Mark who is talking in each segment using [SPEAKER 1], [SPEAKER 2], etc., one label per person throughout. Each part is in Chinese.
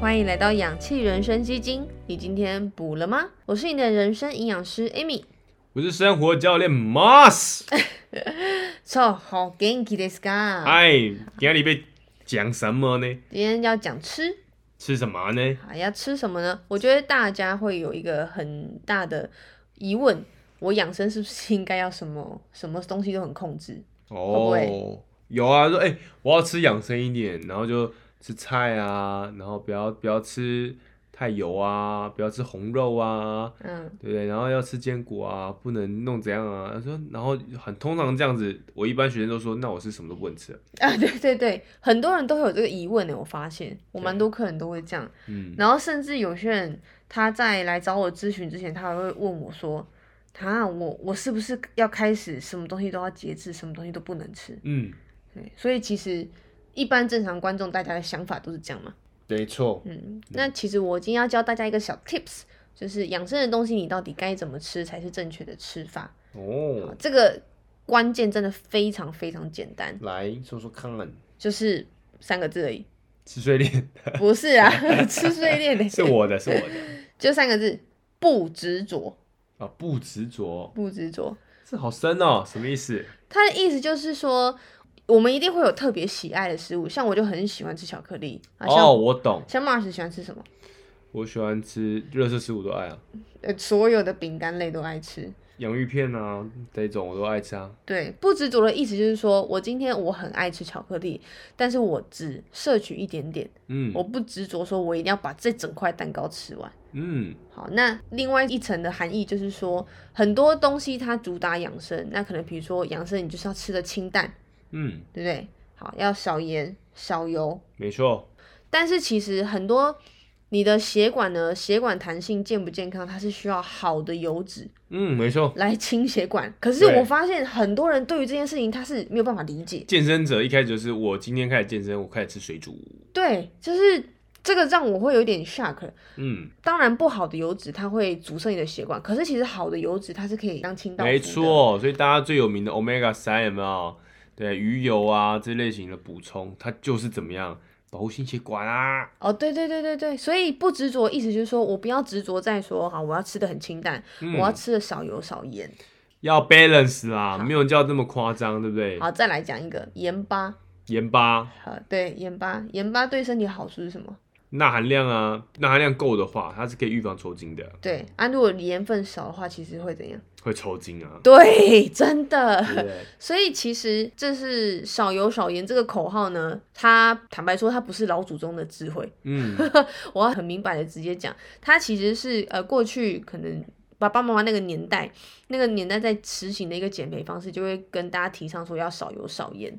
[SPEAKER 1] 欢迎来到氧气人生基金。你今天补了吗？我是你的人生营养师 Amy。
[SPEAKER 2] 我是生活教练 Mars，
[SPEAKER 1] So 好 ganky d e s c a
[SPEAKER 2] 哎，今天你被讲什么呢？
[SPEAKER 1] 今天要讲吃
[SPEAKER 2] 吃什么呢？
[SPEAKER 1] 啊，要吃什么呢？我觉得大家会有一个很大的疑问：我养生是不是应该要什么什么东西都很控制？不
[SPEAKER 2] 哦，有啊，说哎、我要吃养生一点，然后就吃菜啊，然后不要不要吃太油啊，不要吃红肉啊，
[SPEAKER 1] 嗯，
[SPEAKER 2] 对不对？然后要吃坚果啊，不能弄怎样啊。他说，然后很通常这样子，我一般学生都说，那我是什么都不能吃了。
[SPEAKER 1] 啊，对对对，很多人都有这个疑问呢。我发现我蛮
[SPEAKER 2] 对
[SPEAKER 1] 多客人都会这样，
[SPEAKER 2] 嗯，
[SPEAKER 1] 然后甚至有些人他在来找我咨询之前，他还会问我说：“啊，我我是不是要开始什么东西都要节制，什么东西都不能吃
[SPEAKER 2] 嗯，？”
[SPEAKER 1] 对，所以其实一般正常观众大家的想法都是这样嘛。
[SPEAKER 2] 没错，
[SPEAKER 1] 嗯，那其实我今天要教大家一个小 tips，就是养生的东西你到底该怎么吃才是正确的吃法。
[SPEAKER 2] 哦，
[SPEAKER 1] 这个关键真的非常非常简单，
[SPEAKER 2] 来说说看，
[SPEAKER 1] 就是三个字而已。
[SPEAKER 2] 吃睡莲
[SPEAKER 1] 不是啊， 吃碎裂的，
[SPEAKER 2] 是我的，是我的。
[SPEAKER 1] 就三个字，不执着，
[SPEAKER 2] 啊，不执着，
[SPEAKER 1] 不执着。
[SPEAKER 2] 这好深哦，什么意思？
[SPEAKER 1] 他的意思就是说，我们一定会有特别喜爱的食物，像我就很喜欢吃巧克力啊，像、
[SPEAKER 2] 哦，我懂，
[SPEAKER 1] 像 Mars 喜欢吃什么？
[SPEAKER 2] 我喜欢吃热色食物都爱啊，
[SPEAKER 1] 呃，所有的饼干类都爱吃。
[SPEAKER 2] 洋芋片啊这种我都爱吃啊。
[SPEAKER 1] 对，不执着的意思就是说，我今天我很爱吃巧克力，但是我只摄取一点点，
[SPEAKER 2] 嗯
[SPEAKER 1] 我不执着说我一定要把这整块蛋糕吃完。
[SPEAKER 2] 嗯，
[SPEAKER 1] 好，那另外一层的含义就是说，很多东西它主打养生，那可能比如说养生，你就是要吃的清淡，
[SPEAKER 2] 嗯，
[SPEAKER 1] 对不对？好，要少盐少油，
[SPEAKER 2] 没错，
[SPEAKER 1] 但是其实很多你的血管呢，血管弹性健不健康，它是需要好的油脂
[SPEAKER 2] 嗯，没错。
[SPEAKER 1] 来清血管。可是
[SPEAKER 2] 对
[SPEAKER 1] 我发现很多人对于这件事情他是没有办法理解，
[SPEAKER 2] 健身者一开始就是我今天开始健身，我开始吃水煮。
[SPEAKER 1] 对，就是这个让我会有点 shock。
[SPEAKER 2] 嗯，
[SPEAKER 1] 当然，不好的油脂它会阻塞你的血管，可是其实好的油脂它是可以当清道夫的。
[SPEAKER 2] 没，错。所以大家最有名的 omega 三有没有？对，鱼油啊这类型的补充，它就是怎么样保护心血管啊。
[SPEAKER 1] 哦，对对对对对，所以不执着，意思就是说我不要执着在说哈，我要吃的很清淡，
[SPEAKER 2] 嗯
[SPEAKER 1] 我要吃的少油少盐。
[SPEAKER 2] 要 balance 啦，
[SPEAKER 1] 好
[SPEAKER 2] 没有人叫这么夸张，对不对？
[SPEAKER 1] 好，再来讲一个盐巴，
[SPEAKER 2] 盐巴，
[SPEAKER 1] 好，对，盐巴，盐巴对身体好处是什么？
[SPEAKER 2] 钠含量啊，钠含量够的话，它是可以预防抽筋的，
[SPEAKER 1] 对啊，如果盐分少的话，其实会怎样？
[SPEAKER 2] 会抽筋啊。
[SPEAKER 1] 对，真
[SPEAKER 2] 对
[SPEAKER 1] 的。
[SPEAKER 2] 不对，
[SPEAKER 1] 所以其实这是少油少盐这个口号呢，它坦白说，它不是老祖宗的智慧。
[SPEAKER 2] 嗯，
[SPEAKER 1] 我要很明白的直接讲，它其实是呃过去可能爸爸妈妈那个年代，那个年代在实行的一个减肥方式，就会跟大家提倡说要少油少盐。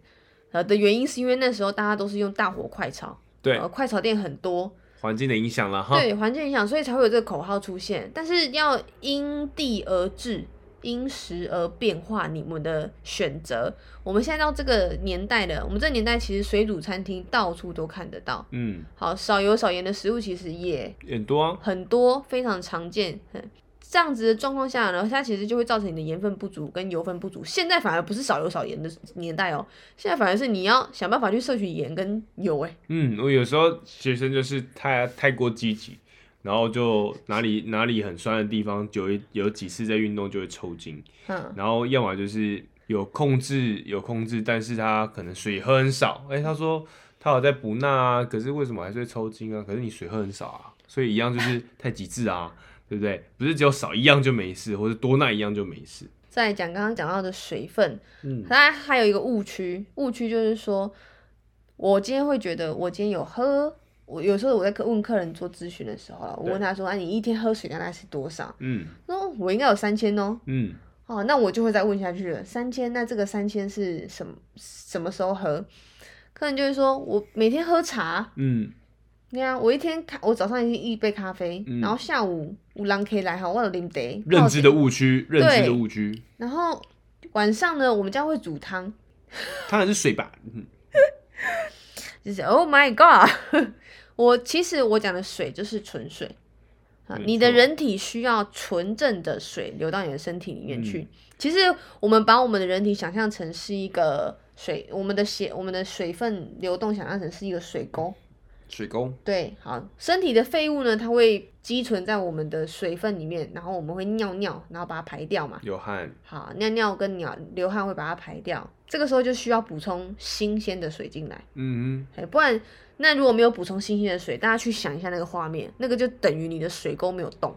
[SPEAKER 1] 呃的原因是因为那时候大家都是用大火快炒，
[SPEAKER 2] 对
[SPEAKER 1] 呃，快炒店很多，
[SPEAKER 2] 环境的影响了哈。
[SPEAKER 1] 对环境影响，所以才会有这个口号出现。但是要因地而制，因时而变化你们的选择。我们现在到这个年代了，我们这个年代其实水煮餐厅到处都看得到。
[SPEAKER 2] 嗯，
[SPEAKER 1] 好，少油少盐的食物其实也
[SPEAKER 2] 很多啊。
[SPEAKER 1] 很多，非常常见。嗯这样子的状况下呢，它其实就会造成你的盐分不足跟油分不足。现在反而不是少油少盐的年代哦，现在反而是你要想办法去摄取盐跟油。哎，
[SPEAKER 2] 嗯，我有时候学生就是太太过积极，然后就哪里哪里很酸的地方，就会有几次在运动就会抽筋，
[SPEAKER 1] 嗯，
[SPEAKER 2] 然后要么就是有控制有控制，但是他可能水喝很少。哎、他说他有在补钠啊，可是为什么还是会抽筋啊？可是你水喝很少啊，所以一样就是太极致啊，对不对？不是只有少一样就没事，或者多钠一样就没事。
[SPEAKER 1] 再讲刚刚讲到的水分，
[SPEAKER 2] 嗯，
[SPEAKER 1] 大家还有一个误区，误区就是说，我今天会觉得我今天有喝，我有时候我在客问客人做咨询的时候啊，我
[SPEAKER 2] 对
[SPEAKER 1] 问他说，啊，你一天喝水量大概是多少？
[SPEAKER 2] 嗯
[SPEAKER 1] 那哦我应该有三千哦，
[SPEAKER 2] 嗯，
[SPEAKER 1] 哦，那我就会再问下去了。三千，那这个三千是什么什么时候喝？客人就会说，我每天喝茶，
[SPEAKER 2] 嗯，
[SPEAKER 1] 对啊，我一天咖，我早上一一杯咖啡，然后下午有人可以来哈，我有啉茶，
[SPEAKER 2] 嗯认知的
[SPEAKER 1] 泡
[SPEAKER 2] 误区，认知的误区，
[SPEAKER 1] 茶，然后晚上呢，我们家会煮汤，
[SPEAKER 2] 当然是水吧。嗯
[SPEAKER 1] 就是 Oh my God，我 其实我讲的水就是纯水啊，
[SPEAKER 2] 没
[SPEAKER 1] 你的
[SPEAKER 2] 错
[SPEAKER 1] 人体需要纯正的水流到你的身体里面去。
[SPEAKER 2] 嗯
[SPEAKER 1] 其实我们把我们的人体想象成是一个水，我们的血，我们的水分流动想象成是一个水沟，
[SPEAKER 2] 水沟，
[SPEAKER 1] 对，好，身体的废物呢，它会积存在我们的水分里面，然后我们会尿尿，然后把它排掉嘛。
[SPEAKER 2] 有汗，
[SPEAKER 1] 好，尿尿跟尿流汗会把它排掉，这个时候就需要补充新鲜的水进来，
[SPEAKER 2] 嗯
[SPEAKER 1] 哎，不然那如果没有补充新鲜的水，大家去想一下那个画面，那个就等于你的水沟没有动，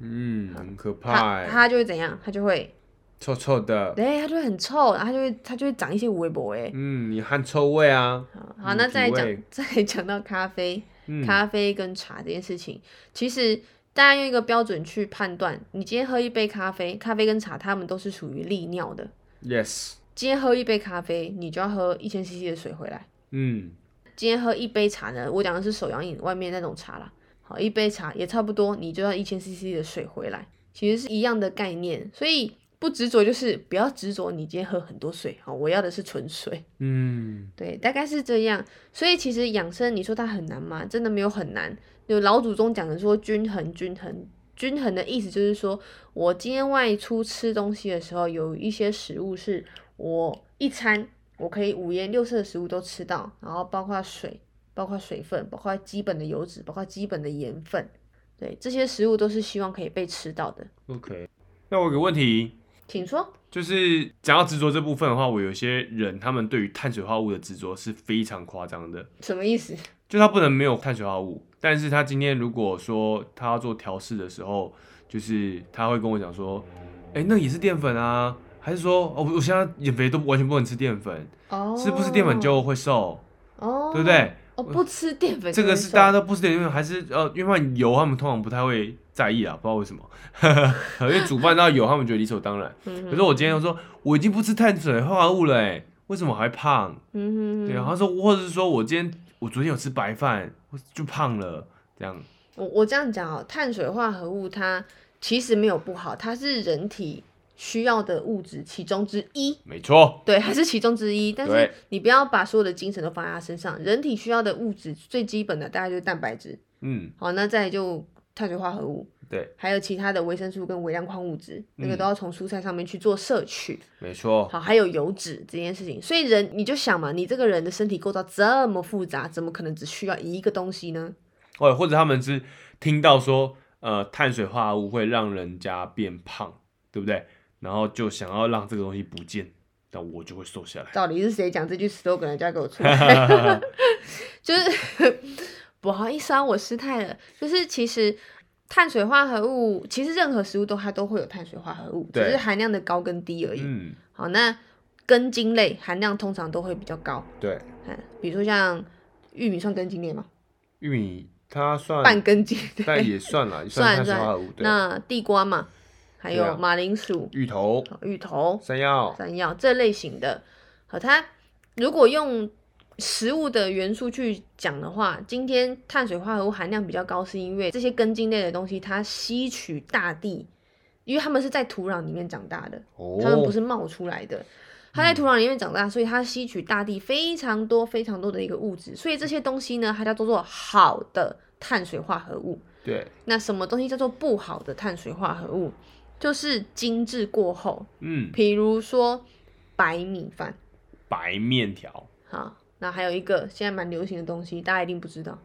[SPEAKER 2] 嗯，很可怕
[SPEAKER 1] 它
[SPEAKER 2] 欸，
[SPEAKER 1] 它就会怎样？它就会，
[SPEAKER 2] 臭臭的，
[SPEAKER 1] 对，它就会很臭，然后它就会它就会长一些微博哎。
[SPEAKER 2] 嗯，你汗臭味啊，
[SPEAKER 1] 好，好，那再来
[SPEAKER 2] 嗯体味
[SPEAKER 1] 讲再来讲到咖啡，
[SPEAKER 2] 嗯，
[SPEAKER 1] 咖啡跟茶这件事情，其实大家用一个标准去判断，你今天喝一杯咖啡，咖啡跟茶它们都是属于利尿的。
[SPEAKER 2] Yes，
[SPEAKER 1] 今天喝一杯咖啡，你就要喝一千 CC 的水回来。
[SPEAKER 2] 嗯，
[SPEAKER 1] 今天喝一杯茶呢，我讲的是手摇饮外面那种茶啦，好，一杯茶也差不多，你就要一千 CC 的水回来，其实是一样的概念，所以不执着就是不要执着你今天喝很多水，好，我要的是纯水。
[SPEAKER 2] 嗯，
[SPEAKER 1] 对，大概是这样。所以其实养生，你说它很难吗？真的没有很难。有老祖宗讲的说均衡，均衡，均衡的意思就是说，我今天外出吃东西的时候，有一些食物是我一餐我可以五颜六色的食物都吃到，然后包括水，包括水分，包括基本的油脂，包括基本的盐分。对，这些食物都是希望可以被吃到的。
[SPEAKER 2] OK，那我有个问题，
[SPEAKER 1] 请说。
[SPEAKER 2] 就是讲到执着这部分的话，我有些人他们对于碳水化合物的执着是非常夸张的，
[SPEAKER 1] 什么意思？
[SPEAKER 2] 就他不能没有碳水化合物，但是他今天如果说他要做调试的时候，就是他会跟我讲说，哎、那也是淀粉啊，还是说，哦，我我现在减肥都完全不能吃淀粉，
[SPEAKER 1] 哦，
[SPEAKER 2] 吃不吃淀粉就会瘦，
[SPEAKER 1] 哦，
[SPEAKER 2] 对不？对？
[SPEAKER 1] 哦，不吃淀粉就
[SPEAKER 2] 这
[SPEAKER 1] 会
[SPEAKER 2] 个是
[SPEAKER 1] 瘦
[SPEAKER 2] 大家都不吃淀粉，还是呃，因为油他们通常不太会在意啊，不知道为什么， 因为煮饭到油他们觉得理所当然。
[SPEAKER 1] 嗯哼
[SPEAKER 2] 可是我今天说我已经不吃碳水化合物了，哎，为什么还胖？
[SPEAKER 1] 嗯哼，
[SPEAKER 2] 对，然后他说或者是说我今天我昨天有吃白饭，我就胖了，这样，
[SPEAKER 1] 我我这样讲哦，碳水化合物它其实没有不好，它是人体需要的物质其中之一，
[SPEAKER 2] 没错，
[SPEAKER 1] 对，还是其中之一。但
[SPEAKER 2] 对
[SPEAKER 1] 是你不要把所有的精神都放在它身上，人体需要的物质最基本的大概就是蛋白质，
[SPEAKER 2] 嗯，
[SPEAKER 1] 好，那再来就碳水化合物，
[SPEAKER 2] 对，
[SPEAKER 1] 还有其他的维生素跟微量矿物质，那个
[SPEAKER 2] 嗯哦
[SPEAKER 1] 都要从蔬菜上面去做摄取。
[SPEAKER 2] 没错，
[SPEAKER 1] 好，还有油脂这件事情，所以人你就想嘛，你这个人的身体构造这么复杂，怎么可能只需要一个东西呢？
[SPEAKER 2] 或或者他们是听到说呃碳水化合物会让人家变胖，对不对？然后就想要让这个东西不见，但我就会瘦下来。
[SPEAKER 1] 到底是谁讲这句 slogan 的？大家给我出 来！就是不好意思啊，我失态了。就是其实碳水化合物，其实任何食物都它都会有碳水化合物，只
[SPEAKER 2] 对
[SPEAKER 1] 是含量的高跟低而已。
[SPEAKER 2] 嗯，
[SPEAKER 1] 好，那根茎类含量通常都会比较高，
[SPEAKER 2] 对。
[SPEAKER 1] 嗯，比如说像玉米算根茎类吗？
[SPEAKER 2] 嗯玉米它算，
[SPEAKER 1] 半根茎
[SPEAKER 2] 但
[SPEAKER 1] 对。
[SPEAKER 2] 也算了，也
[SPEAKER 1] 算
[SPEAKER 2] 碳水
[SPEAKER 1] 算
[SPEAKER 2] 化合物。对，
[SPEAKER 1] 那地瓜嘛，还
[SPEAKER 2] 对
[SPEAKER 1] 有
[SPEAKER 2] 啊
[SPEAKER 1] 马铃薯、哦
[SPEAKER 2] 芋头、
[SPEAKER 1] 芋头，
[SPEAKER 2] 山药，
[SPEAKER 1] 山药这类型的，好，它如果用食物的元素去讲的话，今天碳水化合物含量比较高，是因为这些根茎类的东西它吸取大地，因为它们是在土壤里面长大的，
[SPEAKER 2] 哦，
[SPEAKER 1] 它们不是冒出来的。它在土壤里面长大，所以它吸取大地非常多、非常多的一个物质，所以这些东西呢，它叫做做好的碳水化合物。
[SPEAKER 2] 对，
[SPEAKER 1] 那什么东西叫做不好的碳水化合物？就是精致过后，
[SPEAKER 2] 嗯，
[SPEAKER 1] 比如说白米饭，
[SPEAKER 2] 白面条
[SPEAKER 1] 好，那还有一个现在蛮流行的东西，大家一定不知道，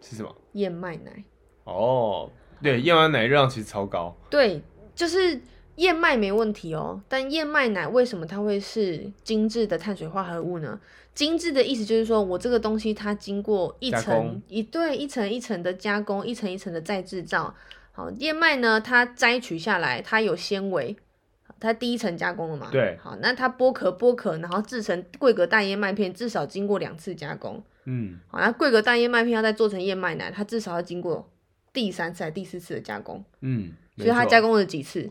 [SPEAKER 2] 是什么？
[SPEAKER 1] 燕麦奶。
[SPEAKER 2] 哦，
[SPEAKER 1] 嗯
[SPEAKER 2] 对，燕麦奶热量其实超高，
[SPEAKER 1] 对，就是燕麦没问题哦，但燕麦奶为什么它会是精致的碳水化合物呢？精致的意思就是说我这个东西它经过一
[SPEAKER 2] 加
[SPEAKER 1] 层
[SPEAKER 2] 工
[SPEAKER 1] 一对一层一层的加工，一层一层的再制造。好，燕麦呢，它摘取下来，它有纤维。它第一层加工了嘛？
[SPEAKER 2] 对
[SPEAKER 1] 好，那它剥壳剥壳，然后制成桂格大燕麦片，至少经过两次加工。
[SPEAKER 2] 嗯，
[SPEAKER 1] 好，那桂格大燕麦片要再做成燕麦奶，它至少要经过第三次还是第四次的加工，
[SPEAKER 2] 嗯，
[SPEAKER 1] 所以它
[SPEAKER 2] 没错
[SPEAKER 1] 加工了几次？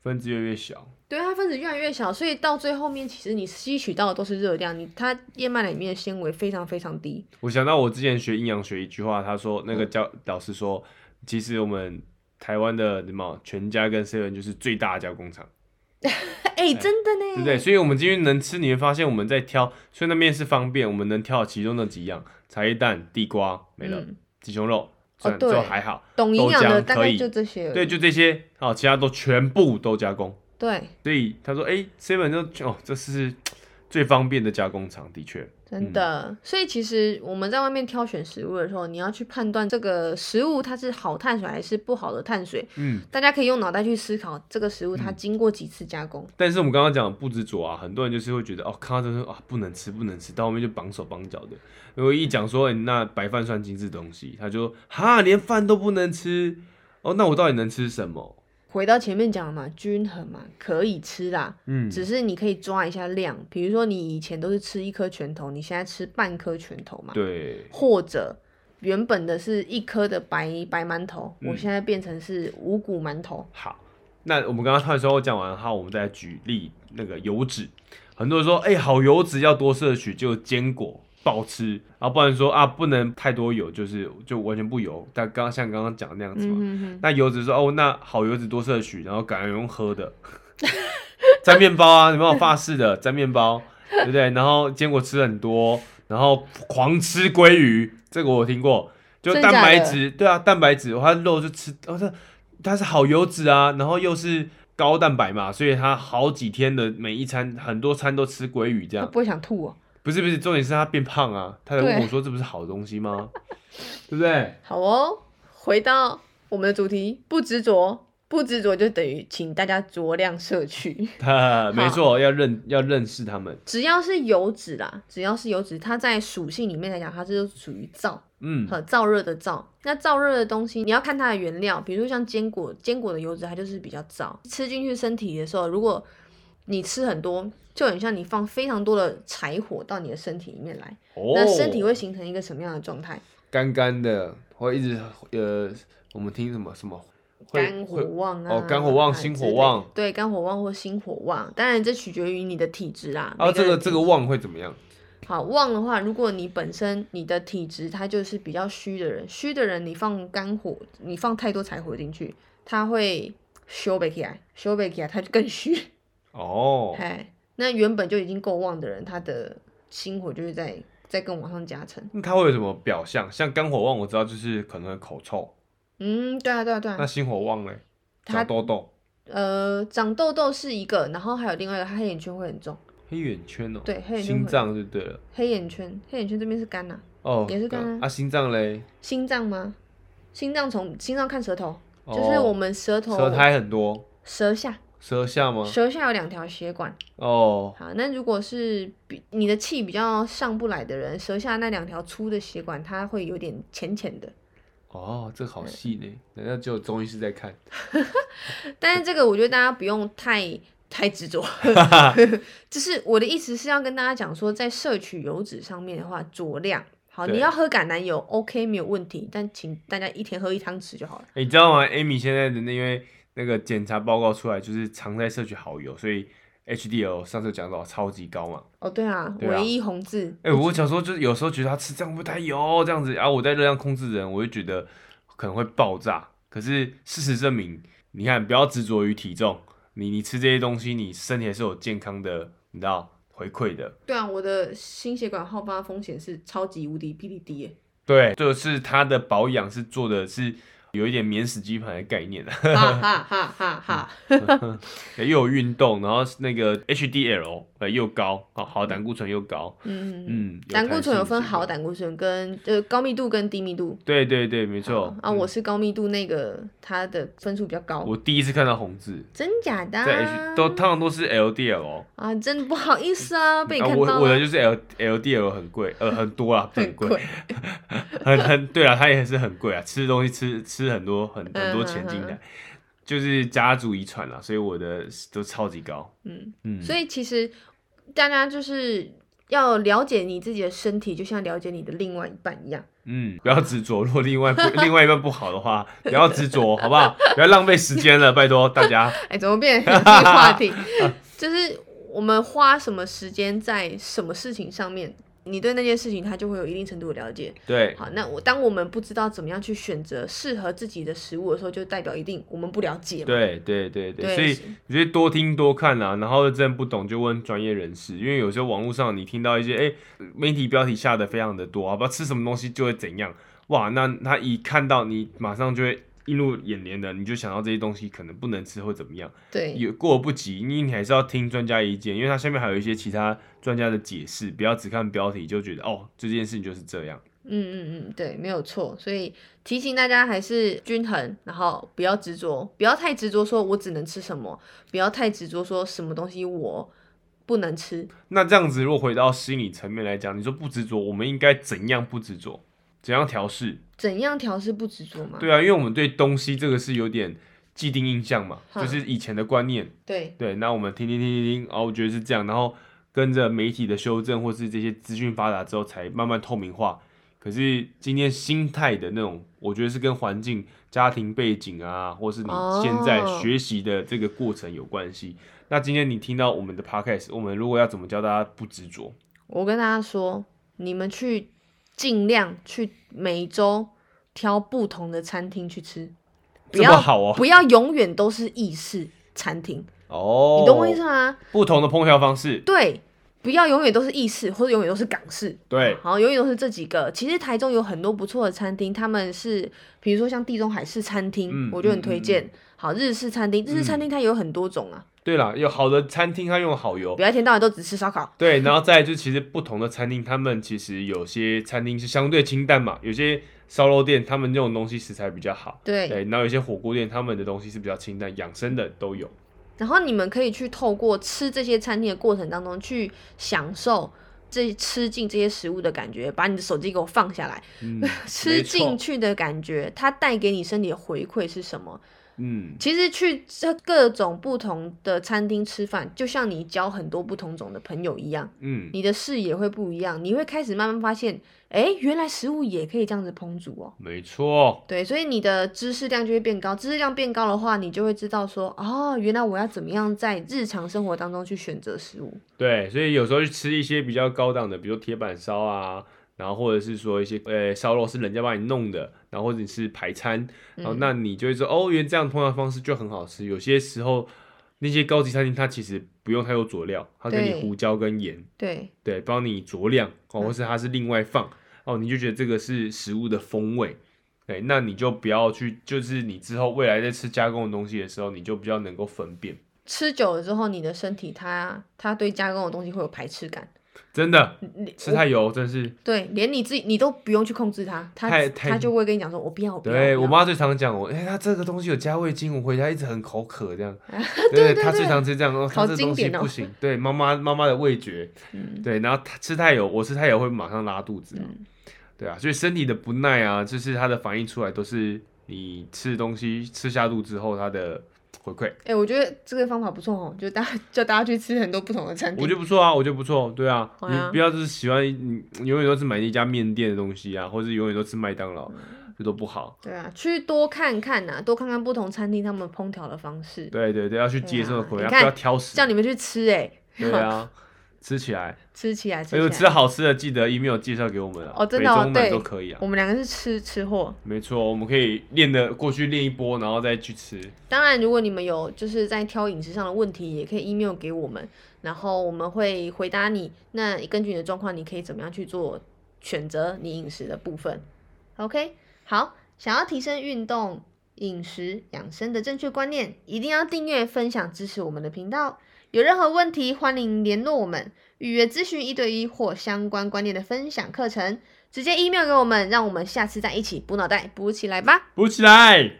[SPEAKER 2] 分子越来越小，
[SPEAKER 1] 对，它分子越来越小，所以到最后面，其实你吸取到的都是热量，你它燕麦奶里面的纤维非常非常低。
[SPEAKER 2] 我想到我之前学营养学一句话，他说那个
[SPEAKER 1] 嗯
[SPEAKER 2] 教老师说，其实我们台湾的什么全家跟 seven 就是最大的加工厂，
[SPEAKER 1] 哎、真的呢，
[SPEAKER 2] 对不对？所以我们今天能吃，你会发现我们在挑，所以那面是方便，我们能挑其中的几样：茶叶蛋、地瓜没了，
[SPEAKER 1] 嗯
[SPEAKER 2] 鸡胸肉，
[SPEAKER 1] 哦
[SPEAKER 2] 算
[SPEAKER 1] 对
[SPEAKER 2] 就还好。
[SPEAKER 1] 懂营养的
[SPEAKER 2] 豆浆
[SPEAKER 1] 大
[SPEAKER 2] 可
[SPEAKER 1] 概
[SPEAKER 2] 以
[SPEAKER 1] 就这些而已。
[SPEAKER 2] 对，就这些，哦好，其他都全部都加工。
[SPEAKER 1] 对
[SPEAKER 2] 所以他说，哎、s e v e n 就哦，这是最方便的加工厂，的确，
[SPEAKER 1] 真的，
[SPEAKER 2] 嗯
[SPEAKER 1] 所以其实我们在外面挑选食物的时候，你要去判断这个食物它是好碳水还是不好的碳水。
[SPEAKER 2] 嗯。
[SPEAKER 1] 大家可以用脑袋去思考这个食物它经过几次加工。
[SPEAKER 2] 但是我们刚刚讲不执着啊，很多人就是会觉得哦，看到这个啊不能吃不能吃，到后面就绑手绑脚的。如果一讲说、哎，那白饭算精致东西，他就哈连饭都不能吃，哦，那我到底能吃什么？
[SPEAKER 1] 回到前面讲的嘛，均衡嘛，可以吃啦，
[SPEAKER 2] 嗯，
[SPEAKER 1] 只是你可以抓一下量。比如说你以前都是吃一颗拳头，你现在吃半颗拳头嘛，
[SPEAKER 2] 对，
[SPEAKER 1] 或者原本的是一颗的白白馒头，
[SPEAKER 2] 嗯
[SPEAKER 1] 我现在变成是五谷馒头。
[SPEAKER 2] 好，那我们刚刚碳水化合物讲完后，我们再举例那个油脂。很多人说，哎、好油脂要多摄取，就坚果暴吃，啊，不然说啊不能太多油，就是就完全不油。但刚刚像刚刚讲的那样子嘛，
[SPEAKER 1] 嗯哼哼，
[SPEAKER 2] 那油脂说哦，那好油脂多摄取，然后橄榄油用喝的， 沾面包啊，有没有法式的沾面包，对不对？然后坚果吃很多，然后狂吃鲑鱼，这个我听过，就
[SPEAKER 1] 真
[SPEAKER 2] 蛋
[SPEAKER 1] 假
[SPEAKER 2] 白
[SPEAKER 1] 的
[SPEAKER 2] 质，对啊，蛋白质，它肉就吃，哦，它它是好油脂啊，然后又是高蛋白嘛，所以它好几天的每一餐很多餐都吃鲑鱼这
[SPEAKER 1] 会
[SPEAKER 2] 样，
[SPEAKER 1] 不会想吐哦、
[SPEAKER 2] 不是不是，重点是他变胖啊，他才问
[SPEAKER 1] 对
[SPEAKER 2] 我说这不是好东西吗？ 对不对？
[SPEAKER 1] 好哦，回到我们的主题，不执着，不执着就等于请大家酌量摄取。
[SPEAKER 2] 他没错，要认要认识他们，
[SPEAKER 1] 只要是油脂啦，只要是油脂，它在属性里面来讲，它这就属于燥
[SPEAKER 2] 嗯，
[SPEAKER 1] 和呃燥热的燥。那燥热的东西，你要看它的原料，比如说像坚果，坚果的油脂它就是比较燥，吃进去身体的时候，如果你吃很多，就很像你放非常多的柴火到你的身体里面来，
[SPEAKER 2] 哦
[SPEAKER 1] 那身体会形成一个什么样的状态？
[SPEAKER 2] 干干的，会一直呃，我们听什么什么，会
[SPEAKER 1] 肝火
[SPEAKER 2] 会
[SPEAKER 1] 旺啊，
[SPEAKER 2] 哦肝火旺
[SPEAKER 1] 啊
[SPEAKER 2] 心火
[SPEAKER 1] 之类的
[SPEAKER 2] 旺
[SPEAKER 1] 对，肝火旺或心火旺，当然这取决于你的体质啦。
[SPEAKER 2] 然后
[SPEAKER 1] 每
[SPEAKER 2] 啊这个
[SPEAKER 1] 人
[SPEAKER 2] 这个旺会怎么样？
[SPEAKER 1] 好旺的话，如果你本身你的体质它就是比较虚的人，虚的人你放肝火，你放太多柴火进去，它会修背起来，修背起来它就更虚。
[SPEAKER 2] 哦，
[SPEAKER 1] 哎，那原本就已经够旺的人，他的心火就是在在更往上加成。
[SPEAKER 2] 那它会有什么表象？像肝火旺，我知道就是可能会口臭，
[SPEAKER 1] 嗯，对啊，对啊，对
[SPEAKER 2] 那
[SPEAKER 1] 啊。
[SPEAKER 2] 心火旺嘞，
[SPEAKER 1] 它
[SPEAKER 2] 长痘痘、
[SPEAKER 1] 呃，长痘痘是一个，然后还有另外一个，它黑眼圈会很重。
[SPEAKER 2] 黑眼圈哦，
[SPEAKER 1] 对，黑眼圈
[SPEAKER 2] 心
[SPEAKER 1] 会很
[SPEAKER 2] 脏就对了，
[SPEAKER 1] 黑眼圈，黑眼圈这边是肝呐、
[SPEAKER 2] 哦，
[SPEAKER 1] 也是肝啊
[SPEAKER 2] 啊，心脏嘞，
[SPEAKER 1] 心脏吗？心脏从心脏看舌头，
[SPEAKER 2] 哦
[SPEAKER 1] 就是我们舌头
[SPEAKER 2] 舌苔哦很多，
[SPEAKER 1] 舌下，
[SPEAKER 2] 舌下吗？
[SPEAKER 1] 舌下有两条血管。
[SPEAKER 2] 哦，
[SPEAKER 1] 好，那如果是比你的气比较上不来的人，舌下那两条粗的血管，它会有点浅浅的。
[SPEAKER 2] 哦，这好细呢，难道只有中医师在看？
[SPEAKER 1] 但是这个我觉得大家不用太太执 着，就是我的意思是要跟大家讲说，在摄取油脂上面的话，酌量。好，
[SPEAKER 2] 对
[SPEAKER 1] 你要喝橄榄油，OK，没有问题，但请大家一天喝一汤匙就好了。
[SPEAKER 2] 欸你知道吗？Amy 现在的那因为那个检查报告出来，就是常在摄取好油，所以 HDL 上次讲到超级高嘛。
[SPEAKER 1] 哦，对啊，
[SPEAKER 2] 对啊
[SPEAKER 1] 唯一红字，
[SPEAKER 2] 哎、我小时候就是有时候觉得他吃这样不太油这样子，然、啊后我在热量控制人，我就觉得可能会爆炸。可是事实证明，你看不要执着于体重，你你吃这些东西，你身体还是有健康的，你知道回馈的。
[SPEAKER 1] 对啊，我的心血管好发风险是超级无敌霹雳低 耶。
[SPEAKER 2] 对，就是它的保养是做的是有一点免死金牌的概念啊的、
[SPEAKER 1] 哈哈哈哈哈！
[SPEAKER 2] 又有运动，然后那个 HDL 呃又高，好好胆固醇又高，
[SPEAKER 1] 嗯，
[SPEAKER 2] 嗯，
[SPEAKER 1] 胆固醇有分好
[SPEAKER 2] 的，
[SPEAKER 1] 胆固醇跟呃高密度跟低密度。
[SPEAKER 2] 对对对，没错嗯
[SPEAKER 1] 啊，我是高密度那个，它的分数比较高。
[SPEAKER 2] 我第一次看到红字，
[SPEAKER 1] 真假的啊、
[SPEAKER 2] 在 H 都通常都是 LDL，哦
[SPEAKER 1] 啊，真不好意思 啊，被你
[SPEAKER 2] 啊
[SPEAKER 1] 看
[SPEAKER 2] 我
[SPEAKER 1] 到
[SPEAKER 2] 我的
[SPEAKER 1] 了。
[SPEAKER 2] 就是 L LDL 很贵，呃很多 啦，不是
[SPEAKER 1] 很
[SPEAKER 2] 很贵，
[SPEAKER 1] 贵，
[SPEAKER 2] 很很对啊，它也是很贵啊，吃东西吃吃很多很很多
[SPEAKER 1] 嗯
[SPEAKER 2] 钱进
[SPEAKER 1] 嗯
[SPEAKER 2] 来，就是家族遗传啊啦，所以我的都超级高，
[SPEAKER 1] 嗯，
[SPEAKER 2] 嗯，
[SPEAKER 1] 所以其实大家就是要了解你自己的身体，就像了解你的另外一半一样。
[SPEAKER 2] 嗯，不要执着。如果另外不另外一半不好的话，不要执着，好不好？不要浪费时间了，拜托大家。
[SPEAKER 1] 哎，怎么变成这个话 题？就是我们花什么时间在什么事情上面，你对那件事情它就会有一定程度的了解。
[SPEAKER 2] 对，
[SPEAKER 1] 好，那我当我们不知道怎么样去选择适合自己的食物的时候，就代表一定我们不了解嘛。
[SPEAKER 2] 对，对，对，对。
[SPEAKER 1] 对
[SPEAKER 2] 所以
[SPEAKER 1] 是
[SPEAKER 2] 我觉得多听多看啊，然后真的不懂就问专业人士，因为有时候网络上你听到一些哎、媒体标题下的非常的多，啊，不知道吃什么东西就会怎样，哇，那他一看到你马上就会。映入眼帘的，你就想到这些东西可能不能吃或怎么样，
[SPEAKER 1] 对，
[SPEAKER 2] 也过不及，你你还是要听专家意见，因为它下面还有一些其他专家的解释，不要只看标题就觉得哦这件事情就是这样。
[SPEAKER 1] 嗯嗯嗯，对，没有错。所以提醒大家还是均衡，然后不要执着，不要太执着，说我只能吃什么，不要太执着说什么东西我不能吃。
[SPEAKER 2] 那这样子，如果回到心理层面来讲，你说不执着，我们应该怎样不执着？怎样调试？
[SPEAKER 1] 怎样调是不执着嘛？
[SPEAKER 2] 对啊，因为我们对东西这个是有点既定印象嘛，
[SPEAKER 1] 嗯
[SPEAKER 2] 就是以前的观念。
[SPEAKER 1] 对
[SPEAKER 2] 对，那我们听听听听听，哦，我觉得是这样，然后跟着媒体的修正或是这些资讯发达之后，才慢慢透明化。可是今天心态的那种，我觉得是跟环境、家庭背景啊，或是你
[SPEAKER 1] 哦
[SPEAKER 2] 现在学习的这个过程有关系。那今天你听到我们的 podcast，我们如果要怎么教大家不执着？
[SPEAKER 1] 我跟大家说，你们去尽量去每周挑不同的餐厅去吃，不
[SPEAKER 2] 这
[SPEAKER 1] 要
[SPEAKER 2] 么好哦，
[SPEAKER 1] 不要永远都是意式餐厅，
[SPEAKER 2] 哦，
[SPEAKER 1] 你懂我意思吗？
[SPEAKER 2] 不同的烹调方式，
[SPEAKER 1] 对，不要永远都是意式，或者永远都是港式，
[SPEAKER 2] 对
[SPEAKER 1] 好，永远都是这几个。其实台中有很多不错的餐厅，他们是比如说像地中海式餐厅，
[SPEAKER 2] 嗯
[SPEAKER 1] 我就很
[SPEAKER 2] 嗯
[SPEAKER 1] 推
[SPEAKER 2] 嗯
[SPEAKER 1] 荐。好，日式餐厅，日式餐厅它有很多种啊，
[SPEAKER 2] 对啦，有好的餐厅它用好油
[SPEAKER 1] 不，要一天到晚都只吃烧烤。
[SPEAKER 2] 对，然后再来就其实不同的餐厅，他们其实有些餐厅是相对清淡嘛，有些烧肉店他们用的东西食材比较好，
[SPEAKER 1] 对，
[SPEAKER 2] 对，然后有些火锅店他们的东西是比较清淡，养生的都有。
[SPEAKER 1] 然后你们可以去透过吃这些餐厅的过程当中，去享受这吃进这些食物的感觉，把你的手机给我放下来，
[SPEAKER 2] 嗯
[SPEAKER 1] 吃进
[SPEAKER 2] 没错
[SPEAKER 1] 去的感觉，它带给你身体的回馈是什么？
[SPEAKER 2] 嗯，
[SPEAKER 1] 其实去这各种不同的餐厅吃饭，就像你交很多不同种的朋友一样，
[SPEAKER 2] 嗯，
[SPEAKER 1] 你的视野会不一样，你会开始慢慢发现，哎，原来食物也可以这样子烹煮哦。
[SPEAKER 2] 没错，
[SPEAKER 1] 对，所以你的知识量就会变高。知识量变高的话，你就会知道说，哦，原来我要怎么样在日常生活当中去选择食物。
[SPEAKER 2] 对，所以有时候去吃一些比较高档的，比如铁板烧啊。然后或者是说一些呃烧肉是人家帮你弄的，然后或者是排餐，然后
[SPEAKER 1] 嗯
[SPEAKER 2] 那你就会说哦，原来这样烹调方式就很好吃。有些时候那些高级餐厅它其实不用太多佐料，它给
[SPEAKER 1] 对
[SPEAKER 2] 你胡椒跟盐，
[SPEAKER 1] 对
[SPEAKER 2] 对，帮你酌量哦，
[SPEAKER 1] 嗯
[SPEAKER 2] 或是它是另外放哦，你就觉得这个是食物的风味，对，那你就不要去，就是你之后未来在吃加工的东西的时候，你就比较能够分辨，
[SPEAKER 1] 吃久了之后，你的身体它它对加工的东西会有排斥感。
[SPEAKER 2] 真的
[SPEAKER 1] 你
[SPEAKER 2] 吃太油真是，
[SPEAKER 1] 对，连你自己你都不用去控制它，它
[SPEAKER 2] 太太
[SPEAKER 1] 它就会跟你讲说，我不要，我不要。
[SPEAKER 2] 对
[SPEAKER 1] 不
[SPEAKER 2] 我
[SPEAKER 1] 要
[SPEAKER 2] 妈最常讲我，哎、它这个东西有加味精，我回家一直很口 渴这样，对她最常吃这样，哦，
[SPEAKER 1] 好
[SPEAKER 2] 它这个
[SPEAKER 1] 经
[SPEAKER 2] 东西
[SPEAKER 1] 典哦
[SPEAKER 2] 不行，对妈妈妈妈的味觉，
[SPEAKER 1] 嗯
[SPEAKER 2] 对，然后她吃太油，我吃太油会马上拉肚子嘛。对啊，所以身体的不耐啊，就是它的反应出来都是你吃的东西吃下肚之后它的回馈，
[SPEAKER 1] 哎、我觉得这个方法不错哦，就大家叫大家去吃很多不同的餐
[SPEAKER 2] 我
[SPEAKER 1] 厅
[SPEAKER 2] 觉。得不错啊，我觉得不错，对啊，
[SPEAKER 1] 好呀
[SPEAKER 2] 你不要就是喜欢你你永远都是买那家面店的东西啊，或者永远都吃麦当
[SPEAKER 1] 嗯
[SPEAKER 2] 劳，这都不好。
[SPEAKER 1] 对啊，去多看看呐、多看看不同餐厅他们烹调的方式，
[SPEAKER 2] 对对对，要去接
[SPEAKER 1] 对
[SPEAKER 2] 受
[SPEAKER 1] 啊
[SPEAKER 2] 口味，
[SPEAKER 1] 你
[SPEAKER 2] 啊、
[SPEAKER 1] 看
[SPEAKER 2] 不要挑食
[SPEAKER 1] 叫。你们去吃哎、
[SPEAKER 2] 对啊，吃起来，
[SPEAKER 1] 吃起来吃起
[SPEAKER 2] 哎呦，
[SPEAKER 1] 来。
[SPEAKER 2] 吃好吃的记得 email 介绍给我们啊，
[SPEAKER 1] 哦真的哦
[SPEAKER 2] 北中南
[SPEAKER 1] 对
[SPEAKER 2] 都可以啊
[SPEAKER 1] 我。们两个是吃吃货。
[SPEAKER 2] 没错，我们可以练的过去练一波，然后再去吃。
[SPEAKER 1] 当然，如果你们有就是在挑饮食上的问题，也可以 email 给我们，然后我们会回答你。那根据你的状况，你可以怎么样去做选择你饮食的部分？OK，好，想要提升运动、饮食、养生的正确观念，一定要订阅、分享、支持我们的频道。有任何问题，欢迎联络我们，预约咨询一对一或相关观念的分享课程，直接 email 给我们，让我们下次再一起补脑袋补起来吧。
[SPEAKER 2] 补起来！